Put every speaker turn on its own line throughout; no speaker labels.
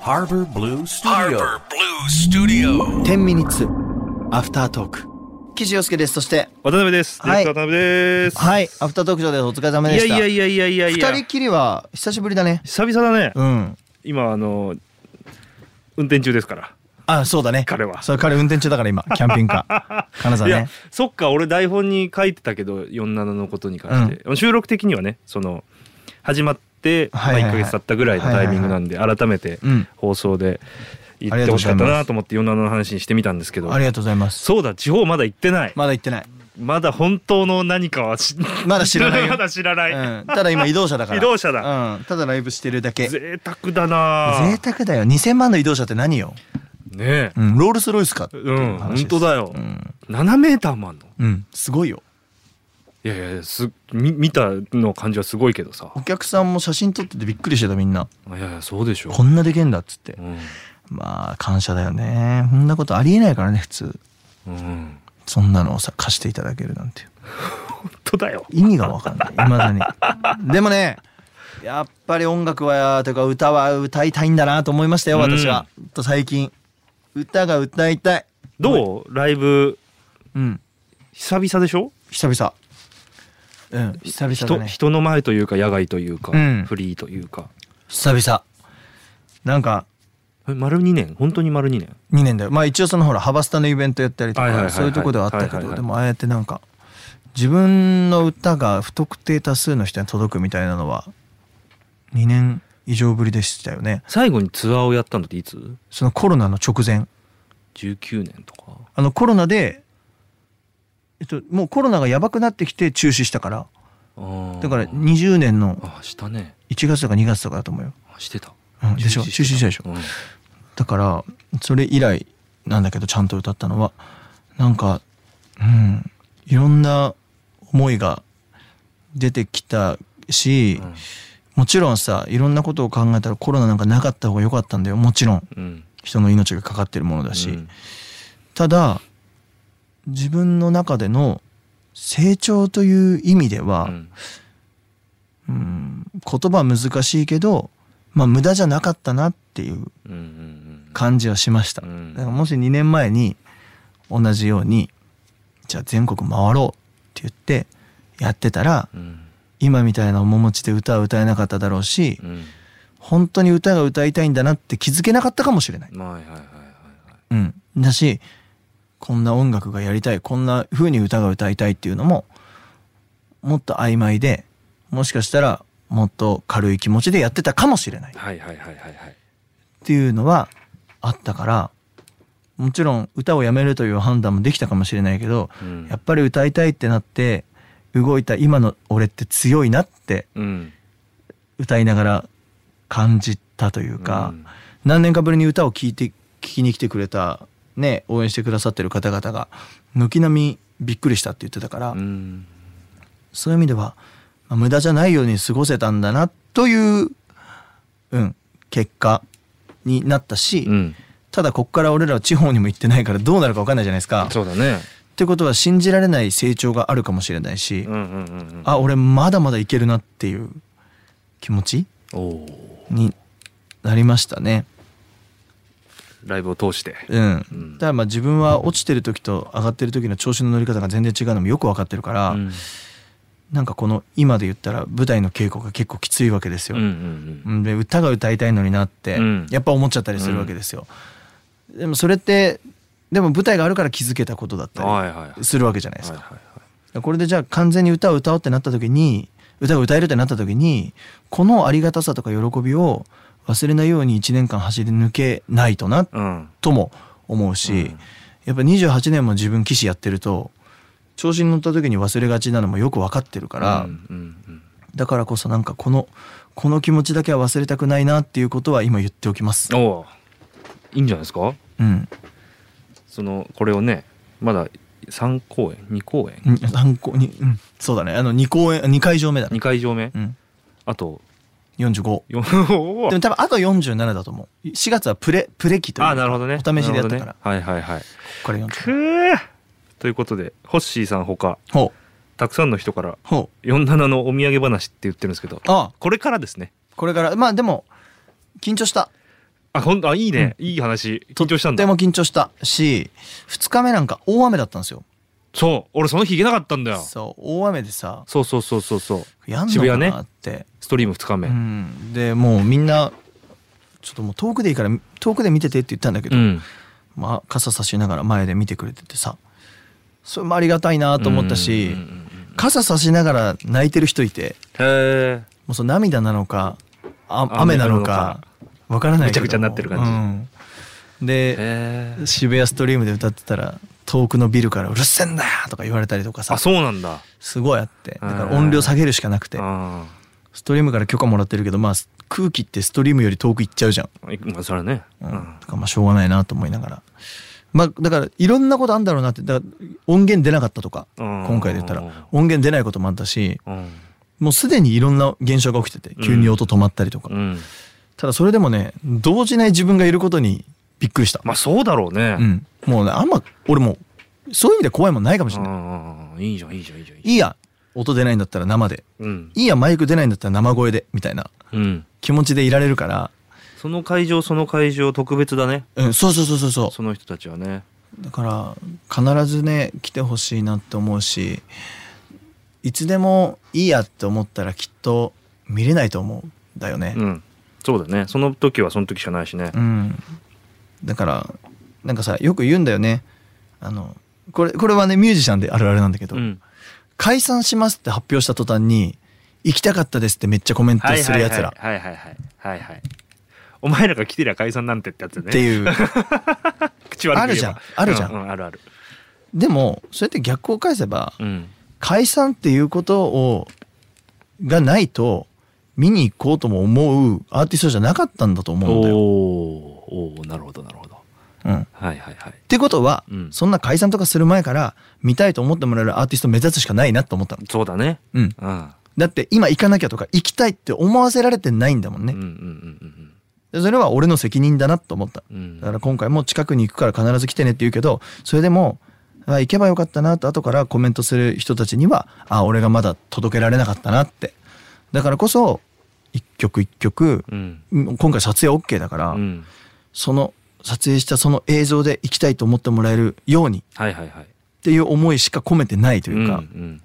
Harbor Blue Studio.
Harbor Blue Studio.
10ミニッツアフタートーク岸洋介ですそして
渡辺です。ディ
は
レ
い
クター渡辺です。
はいアフタートーク上ですお疲れ様
い
で
や
し
い
た
やいやいやいやいや。
二人きりは久しぶりだね
久々だね。
うん
今あの運転中ですから。
あそうだね
彼は
それ彼運転中だから 今キャンピングカー金沢
いや
ね、
そっか。俺台本に書いてたけど47のことに関して、収録的にはね、その始まってま
はい
あ
はいはい
一ヶ月経ったぐらいのタイミングなんで、改めて
うん
放送で言ってほしかったなと思って47の話にしてみたんですけど
あ。りがとうございます
そうだ地方まだ行ってない
まだ行ってない
まだ本当の何かはし
まだ知らないよ
まだ知らない、
うん、ただ今移動車だから
移動車だ
うん、ただライブしてるだけ贅
贅沢だなあ
沢だよ2000万の移動車って何よ、
ねえ
うん、ロールスロイスかっていう
うん、
話です
本当だよ
う。ん、
7メーターもあんの
うん、すごいよ
いやいや、す、み、見たの感じはすごいけどさ。
お客さんも写真撮っててびっくりしてたみんない
やいや、そうでしょ。
こんなでけんだっつって
うん。
まあ感謝だよねこんなことありえないからね普通
うん。
そんなのをさ貸していただけるなんて
本当だよ。
意味がわかんない未だ にでもねやっぱり音楽はというか歌は歌いたいんだなと思いましたよ私は、と最近歌が歌いたい
どうライブ、
うん
久々でしょ
久々うん久々
人、
だね
人の前というか、野外というか、
うん
フリーというか。
久々なんか
え丸2年本当に丸2年
2年だよまあ一応そのほらハバスタのイベントやったりと
はいはいはい
か
はい
そういうとこではあったけ
はいはいは
ど
い
でもああやってなんか自分の歌が不特定多数の人に届くみたいなのは2年以上ぶりでしたよね
最後にツアーをやったのっていつ
そのコロナの直前
?19 年とか。
あのコロナでえっともうコロナがやばくなってきて中止したからだから
に
20年の
あ、したね。
1月とか2月とかだと思うよ
あしてた。
うんでしょ
中止
中止したでしょ
うん
だからそれ以来なんだけどちゃんと歌ったのはなんかうんいろんな思いが出てきたし、
うん
もちろんさいろんなことを考えたらコロナなんかなかった方が良かったんだよもちろん
うん。
人の命がかかってるものだし、
うん
ただ自分の中での成長という意味では、
うん
うん言葉は難しいけど、まあ、無駄じゃなかったなっていう
うんうんうん
感じはしました、
うん
だからもし2年前に同じようにじゃあ全国回ろうって言ってやってたら
うん
今みたいな面持ちで歌は歌えなかっただろうし
うん。
本当に歌が歌いたいんだなって気づけなかったかもしれない、
まあはいはいはいはい
うん、だしこんな音楽がやりたいこんな風に歌が歌いたいっていうのももっと曖昧でもしかしたらもっと軽い気持ちでやってたかもしれない
はいはいはいはいはい
っていうのはあったからもちろん歌をやめるという判断もできたかもしれないけど、
うん
やっぱり歌いたいってなって動いた今の俺って強いなって
うん
歌いながら感じたというか、
うん
何年かぶりに歌を聴いて聴きに来てくれた、ね、応援してくださってる方々が軒並みびっくりしたって言ってたから、
うん
そういう意味では、まあ無駄じゃないように過ごせたんだなという、うん、結果になったし。
うん
ただこっから俺らは地方にも行ってないからどうなるか分かんないじゃないですか。っ
そうだね
てことは信じられない成長があるかもしれないし、
うんうんうんうん
あ俺まだまだいけるなっていう気持ち
おお
になりましたね。
ライブを通して
うん。
うん
ただまあ自分は落ちてる時と上がってる時の調子の乗り方が全然違うのもよく分かってるから、
うん
なんかこの今で言ったら舞台の稽古が結構きついわけです
う
よ。
んうん
うんで歌が歌いたいのになって、
うん
やっぱ思っちゃったりするわけですよ。でもそれってでも舞台があるから気づけたことだっ
う
た
ん
り
はいはいはい
するわけじゃないです
はい
か。
はい
これでじゃあ完全に歌を歌おうってなった時に歌を歌えるってなった時にこのありがたさとか喜びを忘れないように1年間走り抜けないとな
うん
とも思うし、
うん
やっぱ28年も自分騎士やってると調子に乗った時に忘れがちなのもよく分かってるから、
うんうん
だからこそなんかこのこの気持ちだけは忘れたくないなっていうことは今言っておきます
うん。おおいいんじゃないですか
うん、
そのこれをねまだ三公演二公演
うん参考に、うん、そうだねあの2公演2会場目だね
二、会場目
うん、
あと
45。
よお
で
ー
も多分あと47だと思う4月はプレプレ期という
あーなるほどね
お試しでやったから、
なるほどねはいはいはい
ここから
く
47
ーということでホッシーさんほか
ほう
たくさんの人から
ほう
47のお土産話って言ってるんですけど
あ
これからですね
これからまあでも緊張した
あほんあいいね、いい話緊張したん
とて
だ
も緊張したし2日目なんか大雨だったんですよ
そう俺その日行けなかったんだよ
そう大雨でさ
そうそうそうそうそう
やん
渋
のか
谷ね
なって、
ストリーム2日目
う、ん、でもうみんなちょっともう遠くでいいから遠くで見ててって言ったんだけど、
うん
まあ、傘差しながら前で見てくれててさそれもありがたいなと思ったし、
うんうんうんうん
傘差しながら泣いてる人いて
へえ
もうその涙なのかあ雨
雨
な
な
の
の
か
か
わからないけど
ぐちゃぐちゃになってる感
じ、うんで
へえ
渋谷ストリームで歌ってたら遠くのビルから「うるせえんだ!」とか言われたりとかさ
あそうなんだ
すごいあってだから
うん
音量下げるしかなくて
あ
ストリームから許可もらってるけど、まあ、空気ってストリームより遠く行っちゃうじゃん、
あいまあそれはね
う
うんん
だからまあしょうがないなと思いながら。まあ、だからいろんなことあんだろうなってだから音源出なかったとか
うん
今回で言ったら音源出ないこともあったし
うん
もうすでにいろんな現象が起きてて
うん
急に音止まったりとか、
うん
ただそれでもね動じない自分がいることにびっくりした、
まあそうだろうね
うん、もうねあんま俺もそういう意味で怖いもんないかもし
う
れ
んう
ない、
んうんいいじゃんいいじゃんいいじゃんいいじゃん
いいや音出ないんだったら生で
うん
いいやマイク出ないんだったら生声でみたいな
うん
気持ちでいられるから、
その会場その会場特別だね
うん、そうそうそうそうそ
その人たちはね
うだから必ずね来てほしいなって思うしいつでもいいやって思ったらきっと見れないと思うんだよね、
うんそうだねその時はその時しかないしね
うん、だからなんかさよく言うんだよねあのこれこれはねミュージシャンであるあるなんだけど、
うん
解散しますって発表した途端に行きたかったですってめっちゃコメント
はい
するやつら
はいはいはいはいはいはいお前らが来てりゃ解散なんてってやつね
っていう、
口悪く言えば
あるじゃんあるじゃん
ううあるある
でもそうやって逆を返せば
うん
解散っていうことをがないと見に行こうとも思うアーティストじゃなかったんだと
お
思うんだよ。
ーおーなるほどなるほど
うん、っ
はいはいはい
てことは、
うん
そんな解散とかする前から見たいと思ってもらえるアーティストを目指すしかないなと思ったの。
そうだね
うん、
うん
だって今行かなきゃとか行きたいって思わせられてないんだもん
う
ね
んうんうん
でそれは俺の責任だなと思った
うんうん
だから今回も近くに行くから必ず来てねって言うけどそれでもあ行けばよかったなと後からコメントする人たちにはあ俺がまだ届けられなかったなってだからこそ一曲一曲
うん
今回撮影 OK だから、
うん
その撮影したその映像で行きたいと思ってもらえるようにっ
はいはいはい
ていう思いしか込めてないというか、
ん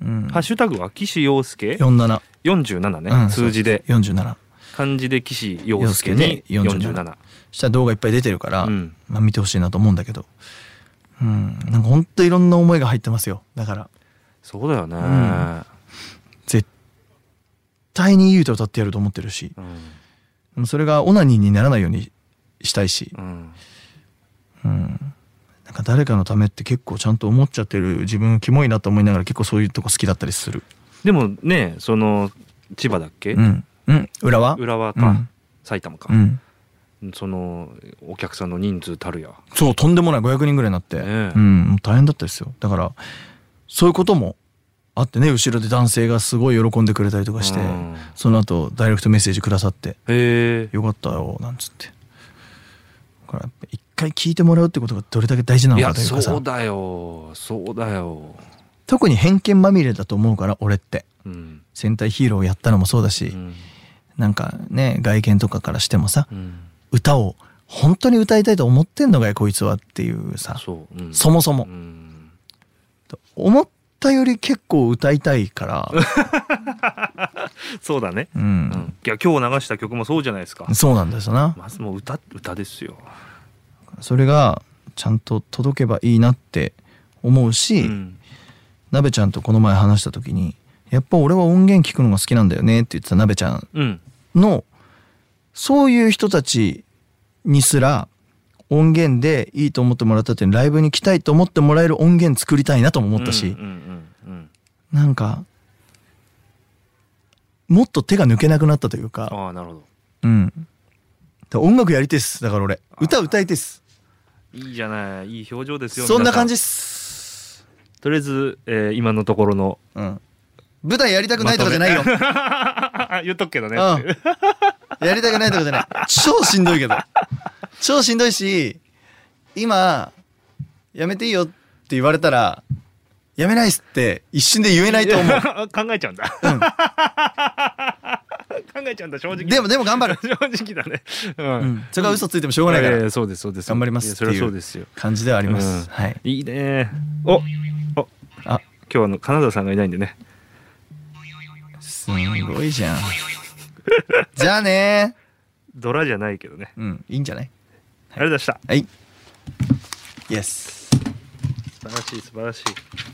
うん
うんハッシュタグは岸洋介
47、
47ね、
うん
数字で
47
漢字で岸洋介に
洋介で47
47
したら動画いっぱい出てるから、
うん
まあ、見てほしいなと思うんだけど、うん、なんかほんといろんな思いが入ってますよだから
そうだよね、
ん絶対にいい歌歌ってやると思ってるし
うん
でもそれがオナニーにならないようにしたいし
う、ん
うん、なんか誰かのためって結構ちゃんと思っちゃってる自分キモいなと思いながら結構そういうとこ好きだったりする、
でもねその千葉だっけ、
うんうん、浦和
浦和
う
か、
ん
埼玉か
う、ん、
そのお客さんの人数たるや
そうとんでもない500人ぐらいになって、
ねえ
うん、もう大変だったですよだからそういうこともあってね後ろで男性がすごい喜んでくれたりとかして、
うん
その後ダイレクトメッセージくださって
へえ
よかったよなんつってだからやっぱ一回聞いてもらうってことがどれだけ大事ないの
や
かというか
そ
さ
うだよそうだよ
特に偏見まみれだと思うから俺って
うん
戦隊ヒーローをやったのもそうだし、
うん
なんかね外見とかからしてもさ
うん
歌を本当に歌いたいと思ってんのかよこいつはっていうさ
そう、うん、
そもそも
うん
思ったより結構歌いたいから、
そうだね、
う
うん
ん、
いや今日流した曲もそうじゃないですか
そうなんですよな
まずもう歌歌ですよ、
それがちゃんと届けばいいなって思うし、
うん
なべちゃんとこの前話した時にやっぱ俺は音源聞くのが好きなんだよねって言ってたなべちゃん
うん、
のそういう人たちにすら音源でいいと思ってもらったってライブに来たいと思ってもらえる音源作りたいなとも思ったし、
うんうんうんうん
なんかもっと手が抜けなくなったというか、
ああなるほど
うん、だから音楽やりてえっすだから俺
ー
歌歌いてえっす
いいじゃないいい表情ですよ
そんな感じっ
皆さ
す、
んとりあえず、えー今のところの
うん、舞台やりたくないとかじゃないよ、
言っとくけどね
うん、やりたくないとかじゃない超しんどいけど超しんどいし今やめていいよって言われたらやめないっすって一瞬で言えないと思う
う 考えちゃうんだ、考ええちゃうんだ正直
でもでも頑張る
正直だね
う
うん
ん、それが嘘ついてもしょうがないか
いやい
ら
やそうですそうです
頑張ります
やそれは
ってい
そううですよ
感じではあります、
うん
はい
いいねおお
あ
今日あの金沢さんがいないんでね
すごいじゃんじゃあね
ドラじゃないけどね
うんいいんじゃない
ありがとうございました
はいイエス
素晴らしい素晴らしい